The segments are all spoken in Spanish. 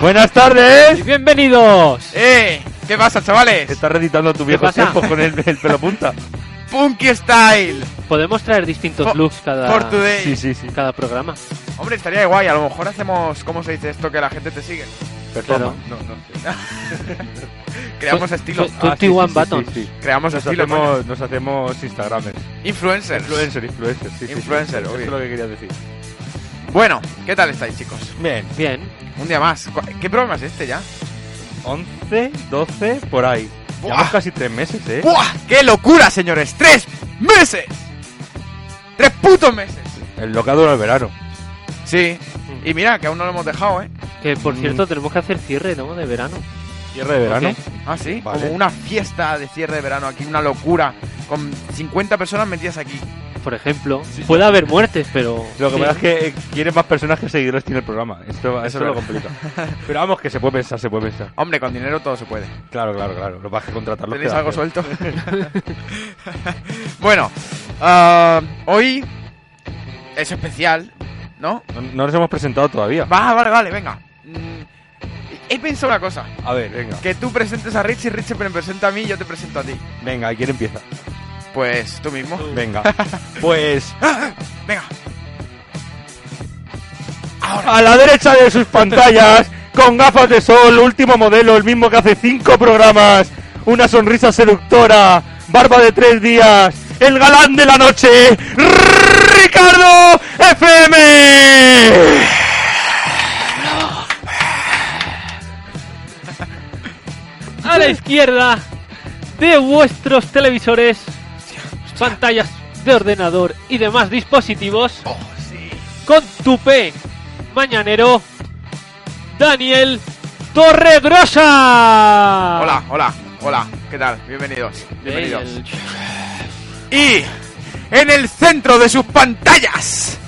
Buenas tardes. Bienvenidos. ¡Eh! ¿Qué pasa, chavales? Estás reeditando tus viejos pasa? tiempos con el, el pelo punta. Punky Style Podemos traer distintos For- looks cada, for today. Sí, sí, sí. cada programa. Hombre, estaría guay. A lo mejor hacemos. ¿Cómo se dice esto? Que la gente te sigue. Perdón. No, no. Creamos Tw- estilos. tw- Ah, 21 buttons. Creamos Nos estilos. coño. hacemos, nos hacemos Instagramers. Influencers. Influencer, influencer, sí. sí, sí. Influencer, Eso obvio. es lo que quería decir. Bueno, ¿qué tal estáis, chicos? Bien. Bien. Un día más. Cu- ¿Qué programa es este ya? 11, 12, por ahí. Buah. Llevamos casi tres meses, ¿eh? ¡Buah! ¡Qué locura, señores! ¡Tres meses! ¡Tres putos meses! El locador al verano. Sí. Y mira, que aún no lo hemos dejado, ¿eh? Que por Mm. cierto tenemos que hacer cierre, ¿no? De verano. Cierre de verano. Ok. Ah, sí. Vale. Como una fiesta de cierre de verano aquí, una locura. Con 50 personas metidas aquí. Por ejemplo. Puede haber muertes, pero. Lo que Sí. pasa es que eh, quiere más personas que seguidores tiene el programa. Esto, eso es verdad. lo complica. Pero vamos, que se puede pensar, se puede pensar. Hombre, con dinero todo se puede. Claro, claro, claro. Lo vas a contratar. ¿Tenéis algo suelto? bueno, ah, hoy es especial, ¿no? No, no nos hemos presentado todavía. Va, vale, vale, venga. Mm, He pensado una cosa. A ver, venga. Que tú presentes a Richie, Richie me presenta a mí y yo te presento a ti. Venga, ¿y quién empieza? Pues tú mismo. Venga. Pues Venga. a la derecha de sus pantallas, con gafas de sol, último modelo, el mismo que hace cinco programas, una sonrisa seductora, barba de tres días, el galán de la noche, Ricardo FM. A la izquierda de vuestros televisores, pantallas de ordenador y demás dispositivos. Oh, sí. con tu P mañanero, Daniel Torregrosa. Hola, hola, hola. ¿Qué tal? Bienvenidos. Daniel. Bienvenidos. Y en el centro de sus pantallas,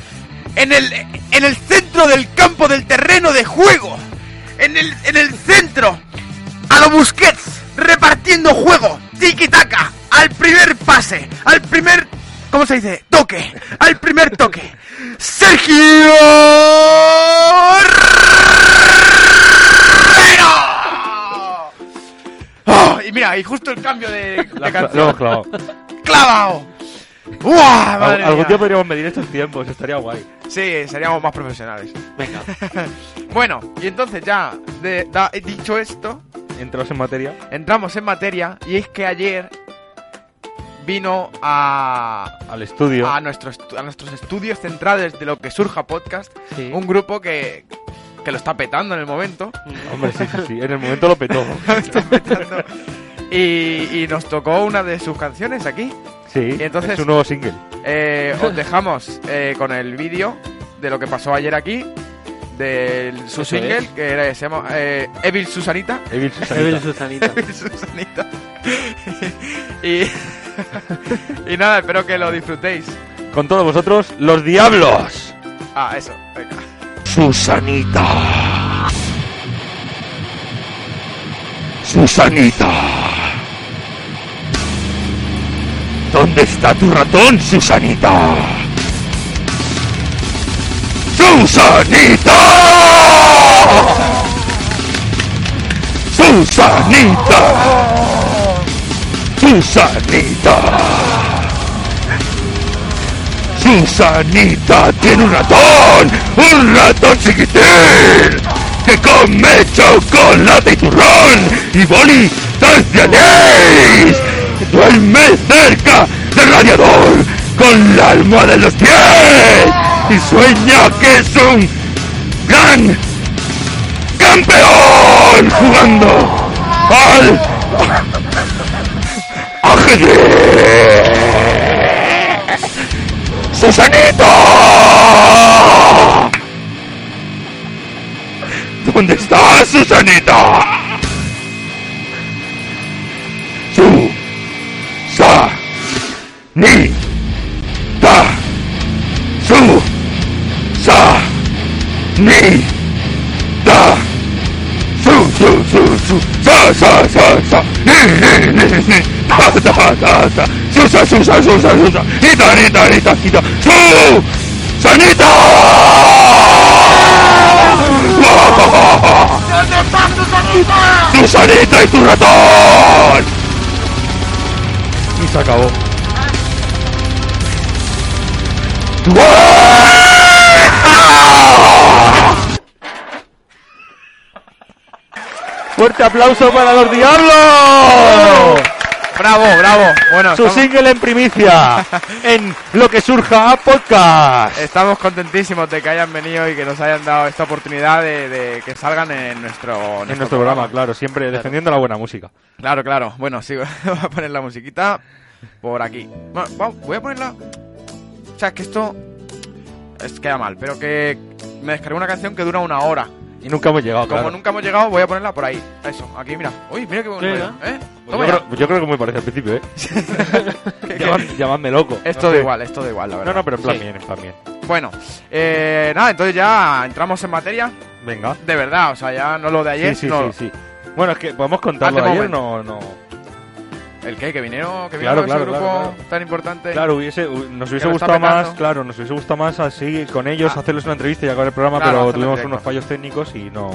en el, en el centro del campo del terreno de juego, en el, en el centro, a los Busquets, repartiendo juego, tiki-taka, al primer pase, al primer, ¿cómo se dice? Toque, al primer toque. Sergio Herrero. Oh, y mira, y justo el cambio de, de canción. Lo hemos clavado. clavado. ¡Uah, Al- madre Algún mía! día podríamos medir estos tiempos, estaría guay. Sí, seríamos más profesionales. Venga, Bueno, y entonces ya, de- da- dicho esto, Entramos en materia. entramos en materia y es que ayer vino a, Al estudio. a, nuestro estu- a nuestros estudios centrales de lo que surja podcast, sí. un grupo que, que lo está petando en el momento. Hombre, sí, sí, sí. En el momento lo petó. Está petando. Y, y nos tocó una de sus canciones aquí. Sí. Y entonces- Es un nuevo single. Eh, os dejamos eh, con el vídeo de lo que pasó ayer aquí, de su Eso single, es. que era- se llama eh, Evil Susanita. Evil Bebe Susanita. Susanita. Evil Susanita. y, y nada, espero que lo disfrutéis. Con todos vosotros, los diablos. Ah, eso. venga. Susanita. Susanita. ¿Dónde está tu ratón, Susanita? Susanita. Susanita. Susanita. Susanita tiene un ratón, un ratón chiquitín, que come chocolate y turrón y bolitas de anís. Duerme cerca del radiador con la almohada en los pies y sueña que es un gran campeón jugando al ajedrez. ¡Susanita! ¿Dónde está Susanita? Su sa ni ta su sa ni ta su su su su sa sa sa sa ni ni ni ni ta ta ta ta susa susa susa susa nita nita nita nita su sanita ¿Dónde está tu sanita? ¡Tu sanita y tu ratón! Y se acabó. Fuerte aplauso para los diablos. Bravo, bravo. Bueno, ¡Oh! Su estamos, single en primicia en lo que surja podcast. estamos contentísimos de que hayan venido y que nos hayan dado esta oportunidad de, de que salgan en nuestro, En nuestro programa, claro, siempre defendiendo la buena música. Claro, claro. Bueno, sí, voy a poner la musiquita por aquí. Bueno, va- voy a ponerla. O sea, es que esto. Es queda mal, pero que me descargué una canción que dura una hora. Y nunca hemos llegado, Como claro. nunca hemos llegado, voy a ponerla por ahí. Eso, aquí, mira. Uy, mira qué bonito. Mira. ¿Eh? Pues Toma Yo ya. creo, yo creo que me parece al ¿eh? principio, ¿eh? Llamad- llamadme loco. Esto No da sé. igual, esto da igual, la No, verdad. no, pero en plan Sí. bien, en plan bien. Bueno, eh, nada, entonces ya entramos en materia. Venga. De verdad, o sea, ya no lo de ayer, Sí, sí, no. sí, sí. Bueno, es que podemos contarlo Hazte ayer, no, no. ¿El qué? ¿Que vinieron? ¿Que Claro, vinieron claro, ese grupo claro, claro. tan importante? Claro, hubiese, hu- nos hubiese lo está gustado petando. más, claro, nos hubiese gustado más así con ellos, Ah. hacerles una entrevista y acabar el programa, Claro, pero hacerlo tuvimos directo. unos fallos técnicos y no.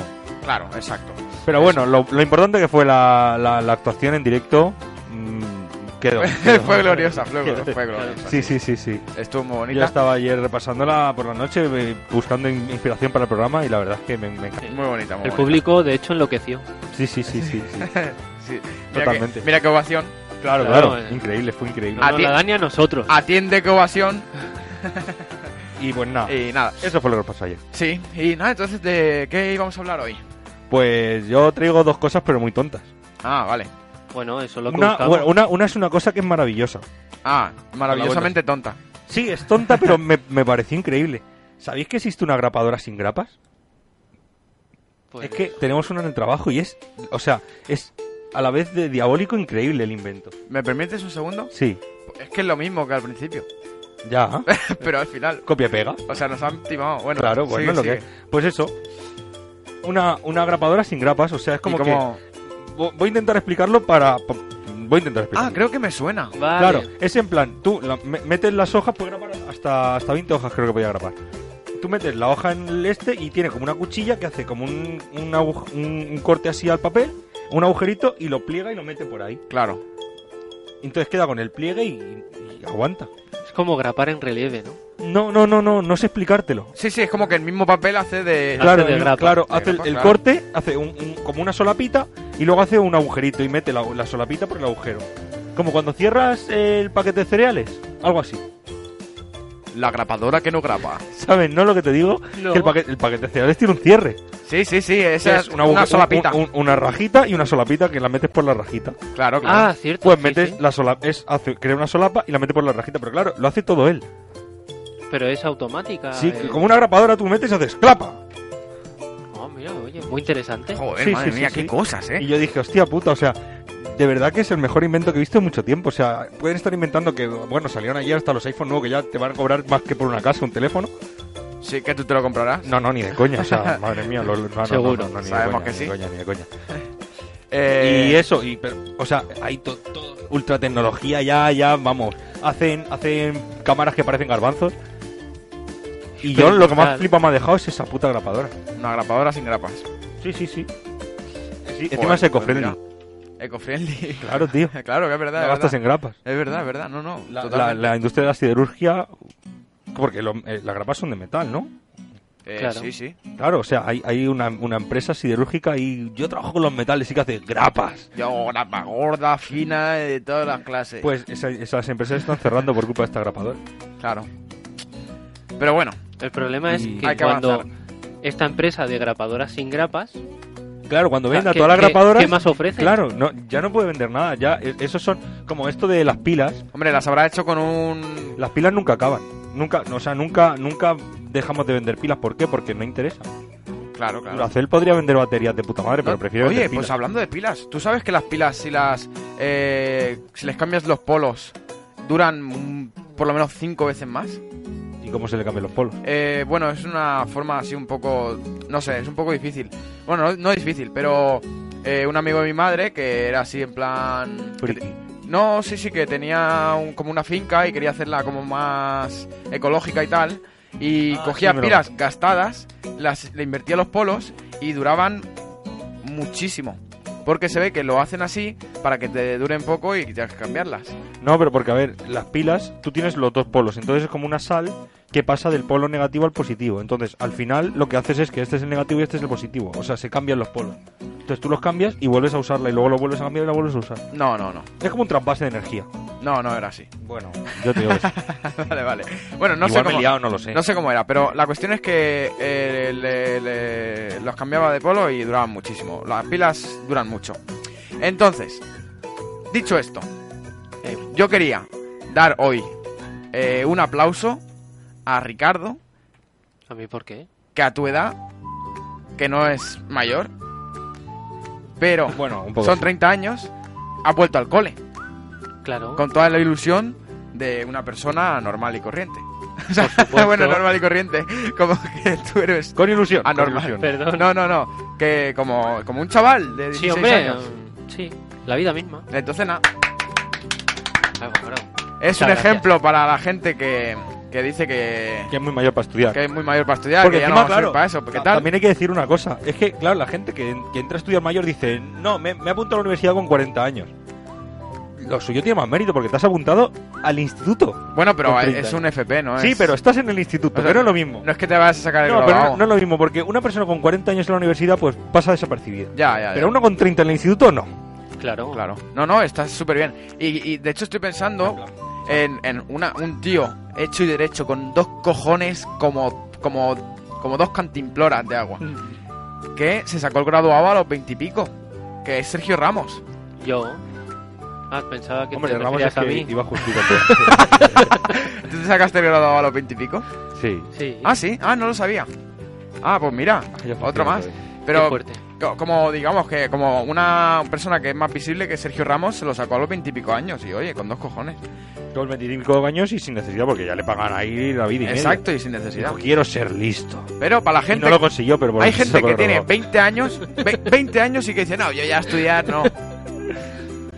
Claro, exacto. Pero bueno, lo, lo importante que fue la, la, la actuación en directo. mm, quedó. quedó. fue gloriosa, fue, Quedó. fue gloriosa. Sí, sí, sí, sí. Estuvo muy Yo bonita. estaba ayer repasándola por la noche, eh, buscando in- inspiración para el programa y la verdad es que me, me encanta. Muy bonita, muy El bonita. público, de hecho, enloqueció. Sí, sí, sí, sí. sí. Sí, mira Totalmente. Que, mira qué ovación. Claro, Claro, claro. eh. Increíble, fue increíble. No, A no, ti- la Dani a nosotros. Ah. Atiende qué ovación. Y pues nada, Y nada. eso fue lo que pasó ayer. Sí, y nada, entonces, ¿de qué íbamos a hablar hoy? Pues yo traigo dos cosas, pero muy tontas. Ah, vale. Bueno, eso es lo que Una, buscamos. bueno, una, una es una cosa que es maravillosa. Ah, maravillosamente tonta. Sí, es tonta, pero me, me pareció increíble. ¿Sabéis que existe una grapadora sin grapas? Pues- Es que tenemos una en el trabajo y es, o sea, es a la vez de diabólico increíble el invento. ¿Me permites un segundo? Sí, Es que es lo mismo que al principio, ya. pero al final. Copia y pega. O sea, nos han timado. Bueno, Claro, sigue, bueno, lo sigue. que Pues eso. Una, una grapadora sin grapas, o sea, es Y como que. como- vo- Voy a intentar explicarlo para. pa- Voy a intentar explicarlo. Ah, creo que me suena. Vale. Claro, es en plan, tú la- me- metes las hojas, puedes grapar hasta, hasta 20 hojas, creo que podía grapar. Tú metes la hoja en el este y tiene como una cuchilla que hace como un, un agu- un- un corte así al papel, un agujerito y lo pliega y lo mete por ahí. Claro. Entonces queda con el pliegue y, y aguanta. Es como grapar en relieve, ¿no? No, no, no, no, no sé explicártelo. Sí, sí, es como que el mismo papel hace de. Claro, de el- grapa. claro, De hace el, grapa, el claro. corte, hace un- un- como una solapita y luego hace un agujerito y mete la, la solapita por el agujero. Como cuando cierras el paquete de cereales, algo así. La grapadora que no grapa. ¿Sabes? ¿No lo que te digo? No. Que el, paquete, el paquete de cereales tiene un cierre. Sí, sí, sí, esa Que es una, solapita. un- un- una rajita y una solapita que la metes por la rajita. Claro, Ah, claro. cierto. Pues sí, metes sí. la solapa, es, hace- crea una solapa y la mete por la rajita. Pero claro, lo hace todo él. Pero es automática. sí, eh. como una grapadora tú metes y haces clapa. Oh, mira, oye, muy interesante. Joder, Sí, madre sí, mía, sí, qué sí. cosas, Y eh. yo dije, hostia puta, o sea, de verdad que es el mejor invento que he visto en mucho tiempo. O sea, pueden estar inventando que, bueno, salieron ayer hasta los iPhone nuevos que ya te van a cobrar más que por una casa, un teléfono. Sí, que tú te lo comprarás. No, no, ni de coña, o sea, madre mía, lo, lo- no, no, no, Seguro. no, no, ni de Sabemos coña, que ni sí. de coña, ni de coña. Eh, Y eso, y, pero, o sea, hay to- todo ultra tecnología ya, ya, vamos. Hacen, hacen cámaras que parecen garbanzos. Y yo lo que más Tal. flipa me ha dejado es esa puta grapadora. Una grapadora sin grapas. Sí, sí, sí. encima Joder, es eco-friendly. pues mira. Eco-friendly. Claro, tío. claro, que es verdad. No es gastas verdad. en grapas. Es verdad, es verdad. No, no. La, la- totalmente. la industria de la siderurgia. Porque lo- eh, las grapas son de metal, ¿no? Eh, Claro. Sí, sí. Claro, o sea, hay, hay una, una empresa siderúrgica y yo trabajo con los metales y que hace grapas. Yo, grapa gorda, fina, eh, de todas las clases. Pues esa- esas empresas están cerrando por culpa de esta grapadora. Claro. Pero bueno, El problema es Y- que, Hay que cuando avanzar. esta empresa de grapadoras sin grapas, Claro, cuando venda ¿qué- toda la qué- grapadora. ¿qué más ofrece? Claro, no, ya no puede vender nada. Ya, e- esos son como esto de las pilas. hombre, las habrá hecho con un. Las pilas nunca acaban. Nunca, no, o sea, nunca, nunca dejamos de vender pilas. ¿Por qué? Porque no interesa. Claro, claro. Duracell podría vender baterías de puta madre, pero No, prefiero Oye, vender pues pilas. hablando de pilas, tú sabes que las pilas, si las. eh, si les cambias los polos, duran mm, por lo menos cinco veces más. ¿Y cómo se le cambian los polos? Eh, bueno, es una forma así un poco. No sé, es un poco difícil. Bueno, no, no difícil, pero. eh, un amigo de mi madre que era así en plan. que Friki. te- No, sí, sí, que tenía un- como una finca y quería hacerla como más ecológica y tal. Y Ah, cogía sí, me lo- pilas gastadas, las le invertía los polos y duraban muchísimo. Porque se ve que lo hacen así para que te duren poco y tengas que cambiarlas. No, pero porque, a ver, las pilas, tú tienes los dos polos, entonces es como una sal que pasa del polo negativo al positivo. Entonces, al final, lo que haces es que este es el negativo y este es el positivo. O sea, se cambian los polos. Entonces tú los cambias y vuelves a usarla y luego lo vuelves a cambiar y la vuelves a usar. No, no, no. Es como un trasvase de energía. No, no era así. Bueno, yo te digo eso. vale, vale. Bueno, no sé Igual me he cómo. liado, no lo sé. No sé cómo era, pero la cuestión es que eh, le- le- los cambiaba de polo y duraban muchísimo. Las pilas duran mucho. Entonces, dicho esto, eh, yo quería dar hoy eh, un aplauso a Ricardo, ¿A mí por qué? que a tu edad, que no es mayor, pero Bueno, un poco. son sí. 30 años, ha vuelto al cole Claro, con toda la ilusión de una persona normal y corriente. O sea, supuesto. bueno, normal y corriente, como que tú eres... Con ilusión. con Anormal. ilusión. perdón. Ah, No, no, no, que como, como un chaval de 16 sí, hombre, años. mm, sí, la vida misma. Entonces, nada, Claro, claro. es Muchas un gracias. ejemplo para la gente que, que dice que, Que es muy mayor para estudiar. que es muy mayor para estudiar, Porque que ya no encima, vamos a ir claro, para eso, porque ta- tal... También hay que decir una cosa. Es que, claro, la gente que, que entra a estudiar mayor dice, no, me, me he apuntado a la universidad con 40 años. Lo suyo tiene más mérito porque te has apuntado al instituto. Bueno, pero con 30 es años. un FP, ¿no? sí, es... pero estás en el instituto, o sea, pero es lo mismo. No es que te vas a sacar el No, pero graduado. no, no es lo mismo, porque una persona con 40 años en la universidad pues pasa desapercibida. Ya, ya, ya. Pero uno con 30 en el instituto no. Claro, Claro. No, no, está súper bien. Y, y, de hecho estoy pensando en, en una, un tío hecho y derecho con dos cojones como, como, como dos cantimploras de agua. Que se sacó el graduado a los veintipico. Que es Sergio Ramos. Yo. Ah, pensaba que Hombre, te Ramos es referías que a mí. iba justito. pero- ¿Tú te sacaste el graduado a los veintipico? sí. Sí, Ah, sí. Ah, no lo sabía. Ah, pues mira. Ya funciona Otro más. otra vez. qué Pero fuerte. co- como digamos que como una persona que es más visible que Sergio Ramos se lo sacó a los veintipico años. Y oye, con dos cojones. Con 25 años y sin necesidad porque ya le pagan ahí la vida. y media. Exacto, y sin Dijo, necesidad. quiero ser listo. Pero para la Y gente no lo consiguió, pero por Hay eso gente se que lo tiene robó. 20 años, ve- 20 años y que dice, no, yo ya estudiar, no.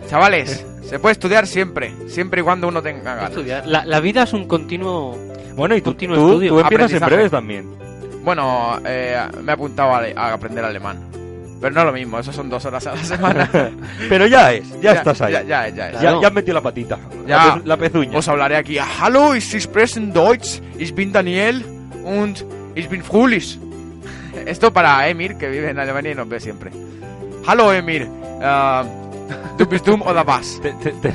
Chavales, se puede estudiar siempre, siempre y cuando uno tenga ganas. Estudiar. La, la vida es un continuo. Bueno, y tú, Continuo tú- estudio. tú empiezas en Aprendizaje. breves también. Bueno, eh, me he apuntado a, le- a aprender alemán. Pero no es lo mismo, eso son dos horas a la semana. Pero ya es, ya, estás ahí. Ya, ya, Ya, ya, ya. ya, Claro. has metido la patita. Ya. La, pez- la pezuña. Os hablaré aquí. Hallo, ich spreche Deutsch, ich bin Daniel und ich bin Frulis. Esto para Emir, que vive en Alemania y nos ve siempre. Hallo, Emir. Ah, du bist dumm oder was? Te- te- te-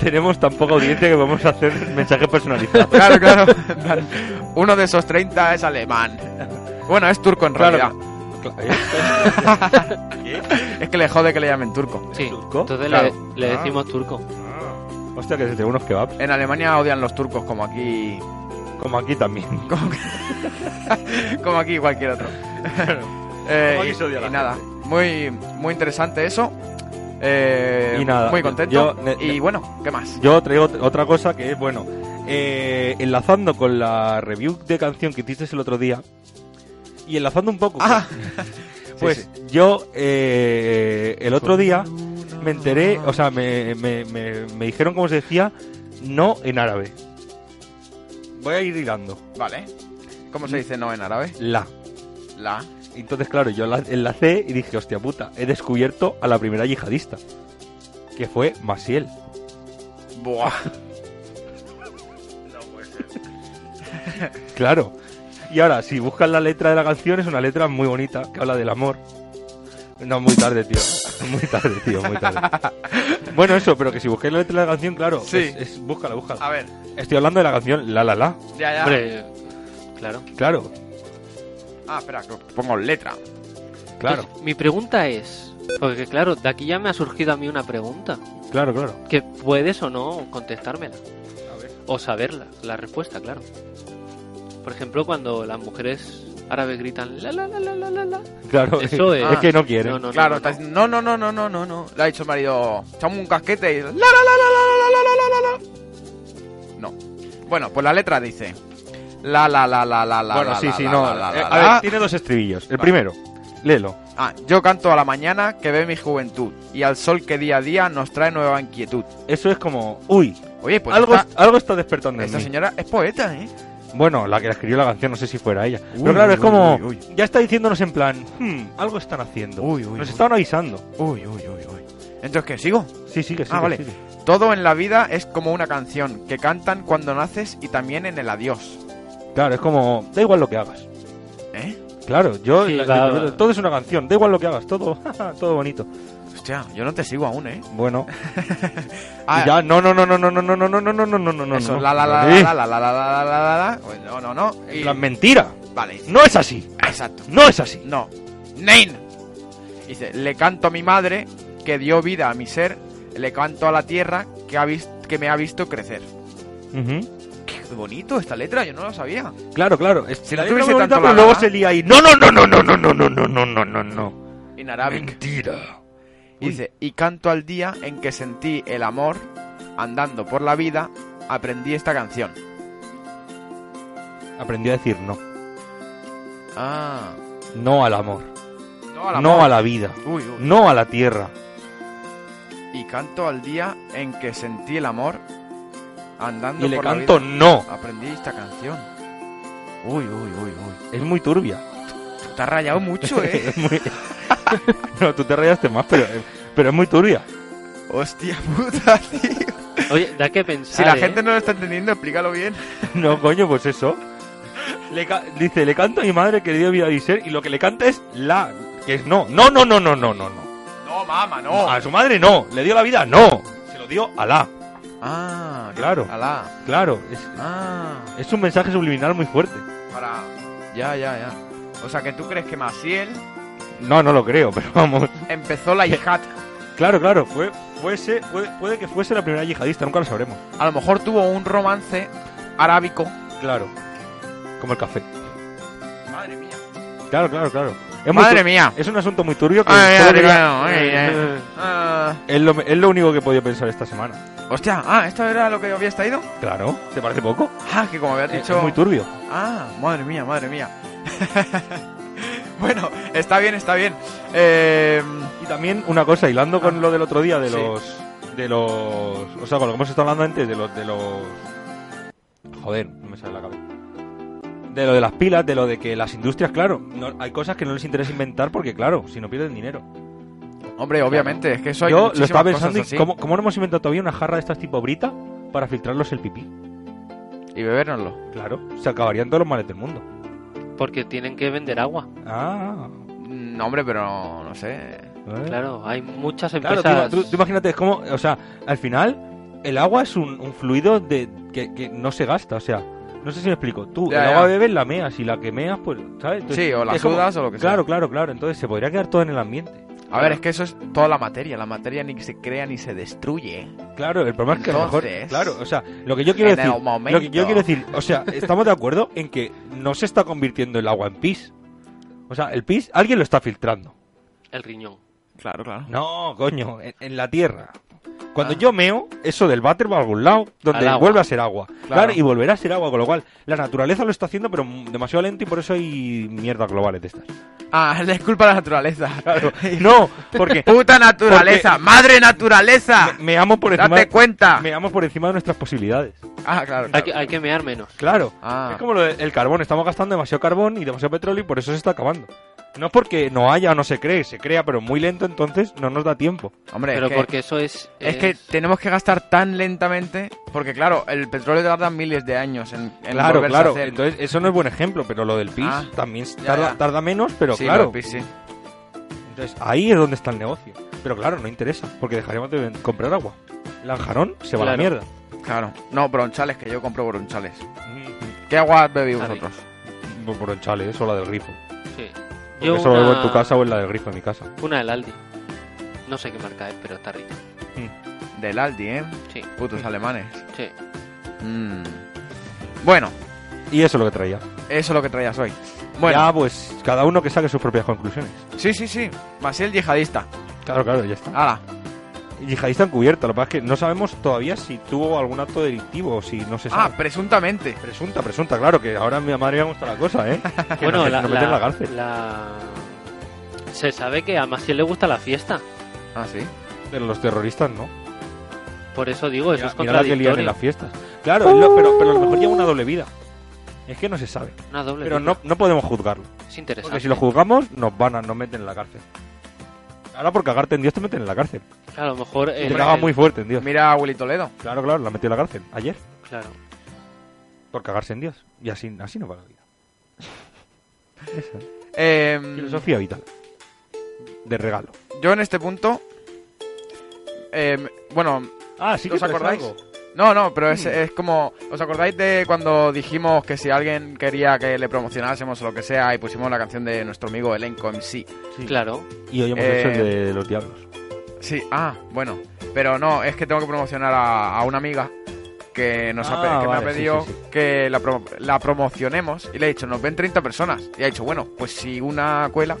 tenemos tan poca audiencia que vamos a hacer mensaje personalizado. Claro, claro. En plan, Uno de esos 30 es alemán. Bueno, es turco en Claro. realidad. Es que le jode que le llamen turco. Sí, turco? entonces Claro. le, le Ah. decimos turco. Hostia, que se te unos kebabs. En Alemania odian los turcos como aquí. Como aquí también. Como aquí cualquier otro. Eh, Como y aquí se odia la y nada. Muy, muy interesante eso. Eh, Y nada, Muy contento. yo- ne- y ne- bueno, ¿qué más? Yo traigo ot- otra cosa que es, bueno, eh, enlazando con la review de canción que hiciste el otro día y enlazando un poco. Ah. con- Sí, pues yo eh, el otro día me enteré, o sea, me, me- me- me dijeron cómo se decía no en árabe. Voy a ir hilando. Vale. ¿Cómo se dice no en árabe? La. La. Entonces, claro, yo la enlacé y dije, hostia puta, he descubierto a la primera yihadista, que fue Masiel. Buah. Claro. Y ahora, si buscas la letra de la canción, es una letra muy bonita que habla del amor. No, muy tarde, tío. Muy tarde, tío, muy tarde. Bueno, eso, pero que si buscáis la letra de la canción, claro. Sí. Ah. Es, es- búscala, búscala. A ver. Estoy hablando de la canción La La La. Ya, ya. Hombre, claro. Claro, Ah, espera, que pongo letra. claro, Entonces, mi pregunta es. Porque claro, de aquí ya me ha surgido a mí una pregunta. claro, claro. Que puedes o no contestármela. O saberla, la respuesta, claro. Por ejemplo, cuando las mujeres árabes gritan la la la la la la la. Claro, Eso es. es que no quiere. No, no, no, claro, no, está no. diciendo, no, no, no, no, no, no, no. Le ha dicho el marido, echamos un casquete y... La, la, la, la, la, la, la, la, la, la". No. Bueno, pues la letra dice... La, la, la, la, la, la, bueno, la, sí, la, sí, la, no. la, la, Eh, la, a la. ver, tiene dos estribillos. El primero, léelo. Ah, yo canto a la mañana que ve mi juventud y al sol que día a día nos trae nueva inquietud. Eso es como, uy, Oye, pues algo, esta, algo está despertando en esta mí. señora es poeta, ¿eh? Bueno, la que escribió la canción, no sé si fuera ella. Uy, Pero claro, es uy, como. uy, Ya está diciéndonos en plan. "Hmm, algo están haciendo. Uy, uy, Nos uy. estaban avisando. Uy, uy, uy, uy. Entonces, ¿qué? ¿Sigo? Sí, sí, que sí. Ah, que vale. sí, que- Todo en la vida es como una canción que cantan cuando naces y también en el adiós. Claro, es como. Da igual lo que hagas. ¿Eh? Claro, yo. Sí, la- va, va. Todo es una canción. Da igual lo que hagas. Todo, todo bonito. Hostia, yo no te sigo aún, ¿eh? Bueno. Ah, Ya, no, no, no, no, no, no, no, no, no, no, no, no, no, no, no. eso, la la la Sí. la la la la la la la la la. No, no, no. En Y- plan, mentira. Vale, dice, No es así. exacto. No es así. No. Nein. Dice, le canto a mi madre que dio vida a mi ser, le canto a la tierra que, ha vis- que me ha visto crecer. Ujú. Qué bonito esta letra, yo no lo sabía. Claro, claro. es- Si no la tuviese letra muy bonita, tanto pero la- luego se lía ahí. No, no, no, no, no, no, no, no, no, no, no, no, no. En Arabic. Mentira. Y Dice, y canto al día en que sentí el amor, andando por la vida, aprendí esta canción. Aprendí a decir no. Ah. No al amor. No al No amor. a la vida. Uy, uy. No a la tierra. Y canto al día en que sentí el amor, andando Y le por la canto vida, no. aprendí esta canción. Uy, uy, uy, uy. Es muy turbia. Tú te has rayado mucho, eh. Es muy- no, tú te rayaste más, pero, pero es muy turbia. Hostia puta, tío. Oye, da que pensar. Si la Ah, ¿eh? gente no lo está entendiendo, explícalo bien. No, coño, pues eso. Le ca- dice, le canto a mi madre que le dio vida y ser, y lo que le canta es la, que es no. No, no, no, no, no, no, no. No, mama, no. A su madre no, le dio la vida, no. Se lo dio a la. Ah, Claro. Alá. Claro, es, Ah. es un mensaje subliminal muy fuerte. Para. Ya, ya, ya. O sea, que tú crees que Maciel No, no lo creo, pero vamos. empezó la yihad. Claro, claro, fue, fuese, puede, puede que fuese la primera yihadista, nunca lo sabremos. A lo mejor tuvo un romance arábico. Claro. Como el café. Madre mía. Claro, claro, claro. Es muy Madre tur- mía. Es un asunto muy turbio que Ay, solo madre quería- Eh, mía, ay, ay. Ah, es, lo, es lo único que he podido pensar esta semana. hostia, ah, ¿esto era lo que yo había extraído? Claro, ¿te parece poco? Eh, Ah, que como habías Es- dicho. Es muy turbio. Ah, madre mía, madre mía. bueno, está bien, está bien. Eh, Y también una cosa, hilando con lo del otro día de Ah. Sí. los. De los. O sea, con lo que hemos estado hablando antes, de los. De los joder, no me sale la cabeza. De lo de las pilas, de lo de que las industrias, claro, no- hay cosas que no les interesa inventar porque, claro, si no pierden dinero. hombre, obviamente, es que eso hay Yo lo muchísimas estaba cosas pensando, y así. ¿cómo, ¿cómo no hemos inventado todavía una jarra de estas tipo brita para filtrarlos el pipí? Y bebérnoslo. Claro, se acabarían todos los males del mundo. Porque tienen que vender agua. Ah, No, Mm, hombre, pero no sé. eh. Claro, hay muchas Claro, empresas. tú, tú- tú imagínate, es como, o sea, al final el agua es un, un fluido de que, que no se gasta, o sea, no sé si me explico. Tú Ya, el ya. agua bebes la meas y la que meas, pues, ¿sabes? Entonces, Sí, o la es como- sudas o lo que sea. Claro, claro, claro. Entonces se podría quedar todo en el ambiente. A ver, es que eso es toda la materia. La materia ni se crea ni se destruye. Claro, el problema es que a lo mejor, Entonces, claro, o sea, lo que yo quiero en el decir, lo que momento. yo quiero decir, o sea, estamos de acuerdo en que no se está convirtiendo el agua en pis. O sea, el pis alguien lo está filtrando. El riñón. Claro, claro. No, coño, en, en la tierra. Cuando Ah. yo meo, eso del váter va a algún lado, donde Al agua. vuelve a ser agua. Claro. Claro. y volverá a ser agua, con lo cual la naturaleza lo está haciendo, pero mm, demasiado lento y por eso hay mierdas globales de estas. Ah, es culpa de la naturaleza. Claro. No, porque Puta naturaleza, madre naturaleza. me amo por encima, Date cuenta. me amo por encima de nuestras posibilidades. Ah, claro. Hay claro. que, hay que mear menos. Claro. Ah. Es como lo del carbón, estamos gastando demasiado carbón y demasiado petróleo y por eso se está acabando. No es porque no haya o no se cree, se crea, pero muy lento, entonces no nos da tiempo. Hombre, Pero es que, porque eso es. es que tenemos que gastar tan lentamente. Porque, claro, el petróleo tarda miles de años en, en Claro, volverse a claro. hacer. Entonces, eso no es buen ejemplo, pero lo del PIS Ah, también ya, tarda, ya. tarda menos, pero Sí, claro. los pis, sí. Entonces, ahí es donde está el negocio. Pero claro, no interesa, porque dejaríamos de ven- comprar agua. Lanjarón se va a la Claro. mierda. Claro. No, bronchales, que yo compro bronchales. ¿Qué agua bebéis Ah, vosotros? Mm, Por Bronchales, eso la del grifo. Sí. Porque Yo eso una, lo bebo en tu casa o en la del grifo en mi casa. Una del Aldi. No sé qué marca es, pero está rica. Del Aldi, ¿eh? Sí, Putos alemanes. sí. Mm. Bueno, Y eso es lo que traía. eso es lo que traías hoy. Bueno, Ya, pues cada uno que saque sus propias conclusiones. sí, sí, sí. Maciel yihadista. Claro, claro, ya está. Hala. Yihadista encubierta, lo que pasa es que no sabemos todavía si tuvo algún acto delictivo o si no se Ah, sabe. presuntamente. presunta, presunta, claro, que ahora a mi madre me gusta la cosa, ¿eh? Que bueno, nos- la, nos meten en la- la cárcel. la- Se sabe que a Maciel le gusta la fiesta. Ah, sí. Pero los terroristas no. Por eso digo, eso Pues es Mira la que lían en contradictorio. las fiestas. Claro, es lo- pero, pero a lo mejor lleva una doble vida. Es que no se sabe. Una doble. Pero dupla. no, no podemos juzgarlo. Es interesante. Porque si lo juzgamos, nos van a, nos meten en la cárcel. Ahora por cagarte en Dios te meten en la cárcel. Claro, a lo mejor. Te el- cagas el- muy fuerte en Dios. Mira a Willy Toledo. Claro, claro, la metió en la cárcel ayer. Claro. Por cagarse en Dios. Y así, así no va la vida. Esa es Eh, filosofía vital. De regalo. yo en este punto. eh, bueno, Ah, sí que ¿Os traes acordáis? algo. no, no, pero Hmm. es, es como. ¿Os acordáis de cuando dijimos que si alguien quería que le promocionásemos o lo que sea y pusimos la canción de nuestro amigo Elenco MC? Claro. Y hoy hemos Eh, hecho el de los diablos. Sí, ah, bueno. Pero no, es que tengo que promocionar a, a una amiga que nos ha pe- Ah, que me vale, ha sí, pedido sí, sí. que la, pro- la promocionemos y le he dicho, nos ven 30 personas. Y ha dicho, bueno, pues si una cuela.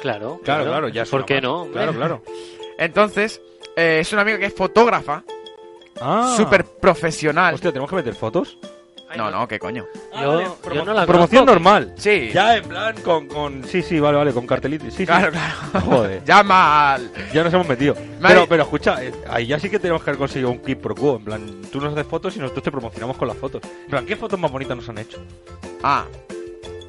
Claro. Claro, claro, ya ¿Por suena qué más. no? hombre? Claro, claro. Entonces, eh, es una amiga que es fotógrafa, Ah, súper profesional. Hostia, tenemos que meter fotos. Ay, No, no, qué coño. Yo, yo no la Promoción conozco. normal. Sí, Ya en plan con, con. Sí, sí, vale, vale, con cartelitos. Sí, claro, sí. claro. Joder. Llama al... Ya nos hemos metido. Mari- Pero, pero escucha, eh, ahí ya sí que tenemos que haber conseguido un clip pro quo. En plan, tú nos haces fotos y nosotros te promocionamos con las fotos. En plan, ¿qué fotos más bonitas nos han hecho? Ah,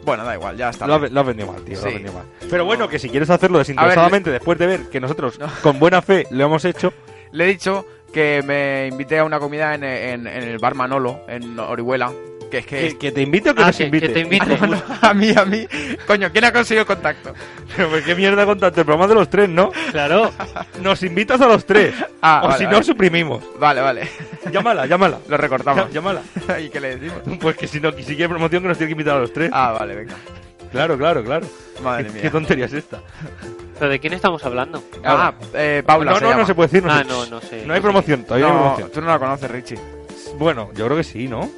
bueno, da igual, ya está. Lo has, ve- lo has vendido mal, tío. lo has Sí. vendido mal. Pero bueno, que si quieres hacerlo desinteresadamente después de ver que nosotros No. con buena fe lo hemos hecho, Le he dicho que me invité a una comida en, en- en el bar Manolo, en Orihuela. Que es que... que, que te invite o Eh, que Ah, nos que- invite. que te invite. Ah, no, no, a mí, a mí. Coño, ¿quién ha conseguido el contacto? Pero pues qué mierda con tanto el programa de los tres, ¿no? Claro. Nos invitas a los tres. Ah, o vale, si no, vale. suprimimos. Vale, vale. Llámala, llámala. Lo recortamos. Llá- Llámala. ¿Y qué le decimos? Pues que si no, que si quiere promoción, que nos tiene que invitar a los tres. Ah, vale, venga. Claro, claro, claro. Madre ¿Qué, mía. qué tontería es esta? ¿Pero de quién estamos hablando? Ah, eh, Paula no, se no, llama. no se puede decir. Ah, se- no, no sé. No hay promoción, todavía no, hay No, promoción. tú no la conoces, Richie. Bueno, yo creo que sí, ¿no?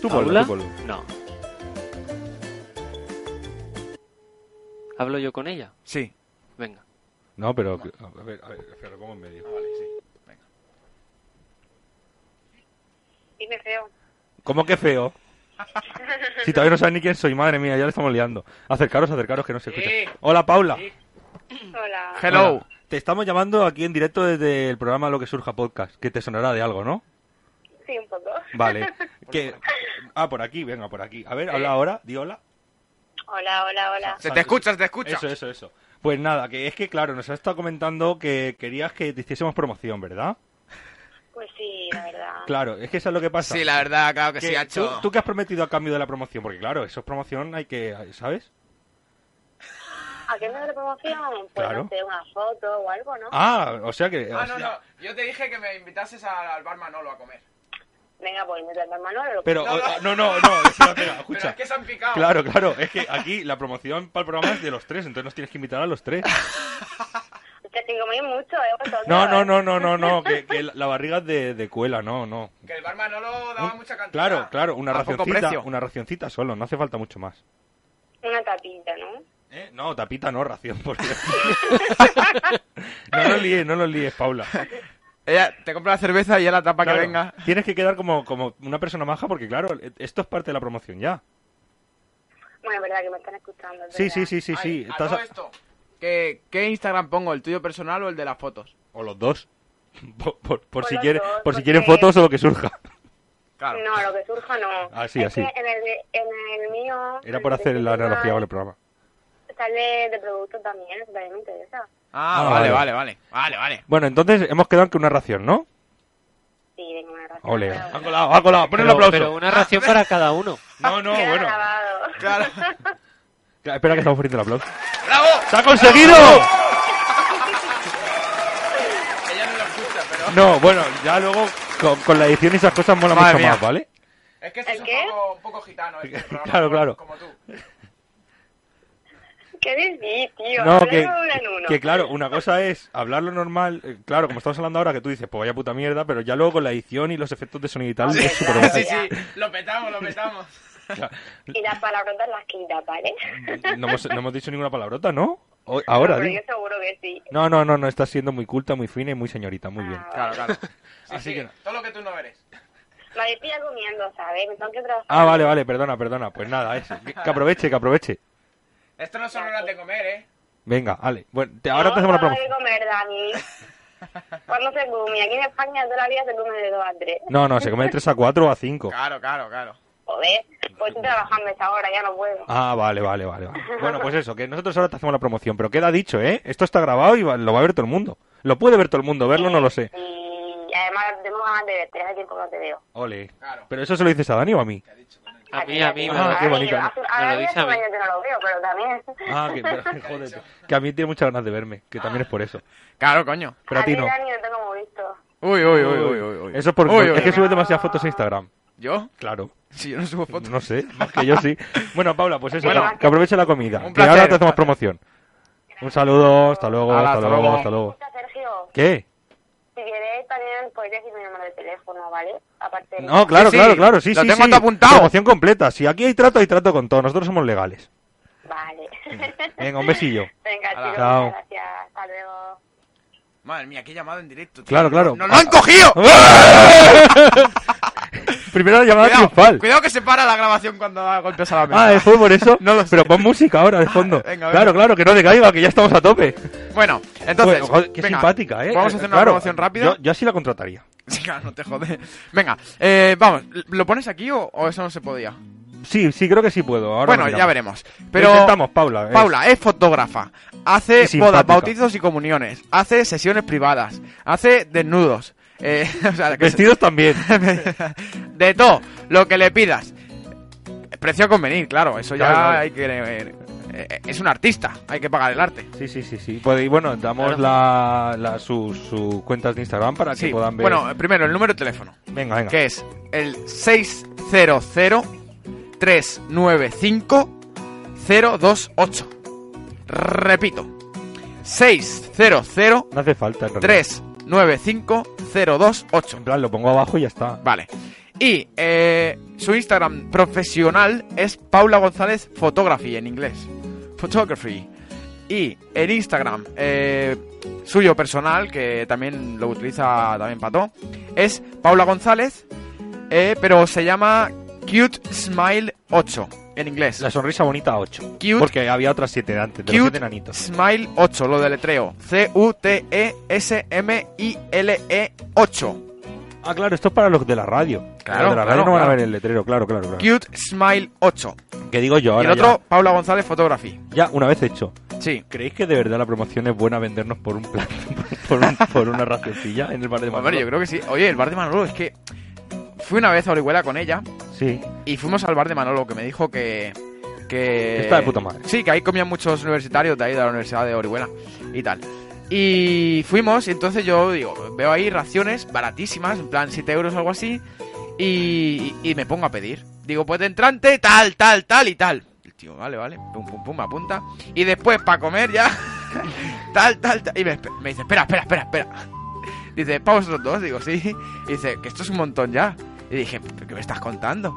Tú ponlo, ¿Paula? tú ponlo. No. ¿Hablo yo con ella? Sí. Venga. No, pero... A ver, a ver, espera, lo pongo en medio. Dime feo. ¿Cómo que feo? Si todavía no sabes ni quién soy, madre mía, ya le estamos liando. Acercaros, acercaros, que no se escucha. Hola, Paula. Hola. Hello. Hola. Te estamos llamando aquí en directo desde el programa Lo que Surja Podcast, que te sonará de algo, ¿no? Sí, un poco. Vale. que... Ah, por aquí, venga, por aquí. A ver, habla ahora, di hola. Hola, hola, hola. Se te escucha, se te escucha. Eso, eso, eso. Pues nada, que es que claro, nos has estado comentando que querías que te hiciésemos promoción, ¿verdad? Pues sí, la verdad. Claro, es que eso es lo que pasa. Sí, la verdad, claro que, Que sí, ha tú, hecho. ¿Tú qué has prometido a cambio de la promoción? Porque claro, eso es promoción, hay que... ¿Sabes? ¿A qué me de promoción? Pues Claro. no sé, una foto o algo, ¿no? Ah, o sea que... o sea- Yo te dije que me invitases al bar Manolo a comer. Venga, pues mi hermano lo Pero, No, o- no. no, no, no, espera, espera, escucha. se han picado. Claro, claro, es que aquí la promoción para el programa es de los tres, entonces nos tienes que invitar a los tres. Te digo muy mucho, ¿eh? Vosotros, No, no, no, no, no, no, que, que la barriga es de, de cuela, no, no. Que el bar Manolo Un- Claro, claro, una A poco racioncita, precio. una racioncita solo, no hace falta mucho más. Una tapita, ¿no? ¿Eh? No, tapita no, ración, porque... no lo líes, no lo líes, Paula. Ella te compra la cerveza y ya la tapa Claro, que venga. Tienes que quedar como, como una persona maja porque, claro, esto es parte de la promoción ya. Bueno, es verdad que me están escuchando. es Sí, verdad. sí, sí, sí, sí. estás a- ¿Qué, ¿Qué Instagram pongo? ¿El tuyo personal o el de las fotos? O los dos. Por, por- por O si, los quiere, dos, por si porque- quieren fotos o lo que surja. Claro. No, lo que surja no. Así, Es así. que En el, de- en el mío. Era el por de hacer la Sistema analogía con el programa. Sale de producto también, eso también me interesa. Ah, Ah, vale, vale. vale, vale. Vale, vale. Bueno, entonces hemos quedado que una ración, ¿no? Sí, tengo una razón. Ole. pero- Ha colado, ha colado. Pon el Pero, aplauso. pero una ración para cada uno. No, no, Queda bueno. grabado. Claro. Claro, Espera que estamos poniendo el aplauso. ¡Bravo! ¡Se ha conseguido! Ella no lo escucha, pero. No, bueno, ya luego con, con la edición y esas cosas mola Madre mucho mía. más, ¿vale? Es que este ¿El es un qué? poco, gitano. este programa, Claro, claro. como- tú. ¿Qué decís, tío? No, Hablando que, uno en uno. que claro, una cosa es hablar lo normal, eh, claro, como estamos hablando ahora, que tú dices, pues vaya puta mierda, pero ya luego con la edición y los efectos de sonido y tal, Hombre, es súper claro, guay. Ah, sí. Lo petamos, lo petamos. Y las palabrotas las quitas, ¿vale? No hemos, no hemos dicho ninguna palabrota, ¿no? O- ahora, Pero digo. yo seguro que sí. No, no, no, no, estás siendo muy culta, muy fina y muy señorita, muy bien. Ah, Claro, claro. Así que no. Todo lo que tú no eres. Me habéis pillado comiendo, ¿sabes? Me tengo que trabajar. Ah, vale, vale, perdona, perdona. Pues nada, eso. Que, que aproveche, que aproveche. Esto no son horas de comer, ¿eh? Venga, vale. Bueno, te- ahora No, te hacemos la no hay que promoción. comer, Dani. ¿Cuándo se come? Aquí en España toda la vida se come de 2 a 3. No, no, se come de 3 a 4 o a 5. Claro, claro, claro. O joder, pues estoy trabajando esa hora, ya no puedo. Ah, vale, vale, vale, vale. Bueno, pues eso, que nosotros ahora te hacemos la promoción, pero queda dicho, ¿eh? Esto está grabado y va- lo va a ver todo el mundo. Lo puede ver todo el mundo, verlo no lo sé. Y además tengo ganas de verte, hace tiempo que no te veo. Ole. Pero eso se lo dices a Dani o a mí. A mí, a mí, me Ah, lo- qué bonito. bonita. Me Ahora lo ya dice hace a un mí. año que no lo veo, pero también... Ah, que, pero, jódete. Que a mí tiene muchas ganas de verme, que también es por eso. Claro, coño. Pero a ti no. Dani, no te como visto. Uy, uy, uy, uy, uy, uy. Eso es porque Uy, uy, es que uy. subes demasiadas fotos a Instagram. ¿Yo? Claro. Si yo no subo fotos. No sé, más que yo sí. Bueno, Paula, pues eso, Bueno. que aproveche la comida. Un Que placer. ahora te hacemos promoción. Un saludo, hasta luego, Hala, hasta hasta luego, luego. hasta luego. Escucha, Sergio, ¿Qué? si queréis también podéis decir mi número de teléfono, ¿vale? Aparte de- No, claro, Sí, sí. claro, claro, sí, Lo sí. tengo sí. hasta apuntado. Promoción completa. Si aquí hay trato, hay trato con todo. Nosotros somos legales. Vale. Venga, un besillo. Venga, Hala. chicos, Chao. muchas gracias. Hasta luego. Madre mía, que he llamado en directo. tío. Claro, claro. Ah, ¡Nos lo han cogido! Primera llamada Cuidado, triunfal. cuidado que se para la grabación cuando da golpes a la mesa. Ah, ¿eh, fue por eso. No lo sé. Ah, Pero pon música ahora de fondo. venga, venga. Claro, claro, que no decaiga, que ya estamos a tope. Bueno, entonces. Bueno, joder, qué venga, simpática, ¿eh? Vamos a hacer una Claro, promoción rápida. Yo, yo así la contrataría. Sí, claro, no te jode. Venga, eh, vamos, ¿lo pones aquí o, o eso no se podía? Sí, sí, creo que sí puedo. Ahora bueno, lo miramos. ya veremos. Pero Lo intentamos, Paula. eh. es- Paula es fotógrafa, Y hace simpática. bodas, bautizos y comuniones, hace sesiones privadas, hace desnudos, eh, o sea, que se- Vestidos también. de todo, lo que le pidas. Precio a convenir, claro, eso ya Claro, claro. hay que... eh, eh, es un artista, hay que pagar el arte. Sí, sí, sí, sí. Pues, y bueno, damos Claro. la, la- sus sus cuentas de Instagram para que Sí, puedan ver. bueno, primero el número de teléfono. venga, venga. que es el 600-395-028. Repito, No hace falta. en realidad. 600-395-028. En plan, lo pongo abajo y ya está. Vale. Y eh, su Instagram profesional es Paula González Photography en inglés. Photography. Y el Instagram eh, suyo personal, que también lo utiliza también Pato, es Paula González, eh, pero se llama Cute Smile 8 en inglés. La sonrisa bonita 8. Cute. Porque había otras 7 de antes, de los Cute 7 nanitos. Smile 8, lo deletreo. E C-U-T-E-S-M-I-L-E 8. Ah, claro, esto es para los de la radio. Claro, Los de la radio claro, no van a claro. ver el letrero, claro, claro, claro. Cute Smile 8. Que digo yo Y el ahora. otro, Paula González Photography. Ya, ya una vez hecho. Sí. ¿Creéis que de verdad la promoción es buena vendernos por un plato, por, un- por una racioncilla en el bar de Pues, Hombre, Manolo? yo creo que sí. Oye, el bar de Manolo es que fui una vez a Orihuela con ella Sí, y fuimos al bar de Manolo que me dijo que que Está de puta madre. Sí, que ahí comían muchos universitarios de ahí de la Universidad de Orihuela y tal. Y fuimos y entonces yo digo, veo ahí raciones baratísimas, en plan 7 euros o algo así, y, y me pongo a pedir. Digo, pues de entrante, tal, tal, tal y tal. El tío, vale, vale, pum, pum, pum, me apunta. Y después, para comer ya, tal, tal, tal. Y me, espe- me dice, espera, espera, espera, espera. Dice, ¿para vosotros dos? Digo, sí. Y dice, que esto es un montón ya. Y dije, ¿pero qué me estás contando?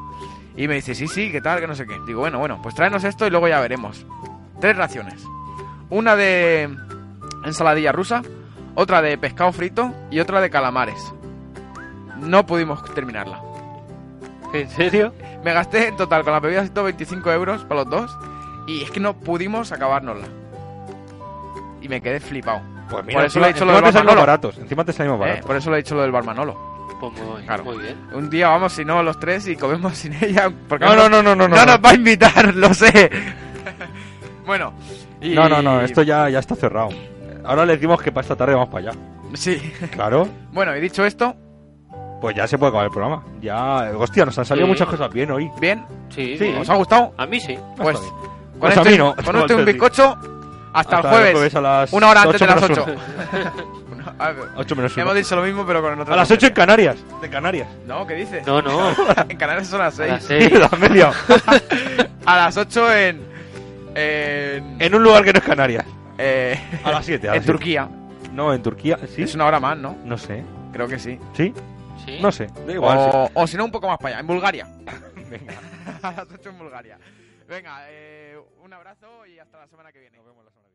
Y me dice, sí, sí, que tal, que no sé qué. Digo, bueno, bueno, pues tráenos esto y luego ya veremos. Tres raciones. Una de ensaladilla rusa, otra de pescado frito y otra de calamares. No pudimos terminarla. ¿En serio? Me gasté en total con la bebida 125 euros para los dos y es que no pudimos acabárnosla. Y me quedé flipado. pues Por mira, eso lo encima, he hecho lo encima del te salimos Manolo. baratos. Encima te salimos ¿eh? baratos. Por eso lo he dicho lo del bar Manolo. Pues muy, Claro. muy bien. Un día vamos, si no, los tres y comemos sin ella. Porque No, no, no, no, no. no nos va a invitar, lo sé. bueno. y- No, no, no, esto ya, ya está cerrado. Ahora les decimos que para esta tarde vamos para allá. Sí. Claro, Bueno, y dicho esto, pues ya se puede acabar el programa. Ya, eh, hostia, nos han salido Sí. muchas cosas bien hoy. bien. Sí, Sí. ¿Os vamos ha gustado? a... a mí sí. Pues, está bien. con Pues esto, a mí y- no. con esto y un Antes de- bizcocho, hasta, el jueves. a las Una hora antes de las menos 8. uno. Ocho menos uno. Hemos dicho lo mismo, pero con el otro. A las 8 en concepto. Canarias. De Canarias. No, ¿qué dices? No, no. A En Canarias son las 6. las seis. Las media. A las 8 en. En. En un lugar que no es Canarias. eh, A las 7. en Turquía. No, en Turquía. Sí. Es una hora más, ¿no? No sé. Creo que sí. ¿Sí? Sí. No sé. Da igual. sí. o o si no, un poco más para allá. En Bulgaria. Venga. A las 8 en Bulgaria. Venga, eh, un abrazo y hasta la semana que viene. Nos vemos la semana que viene.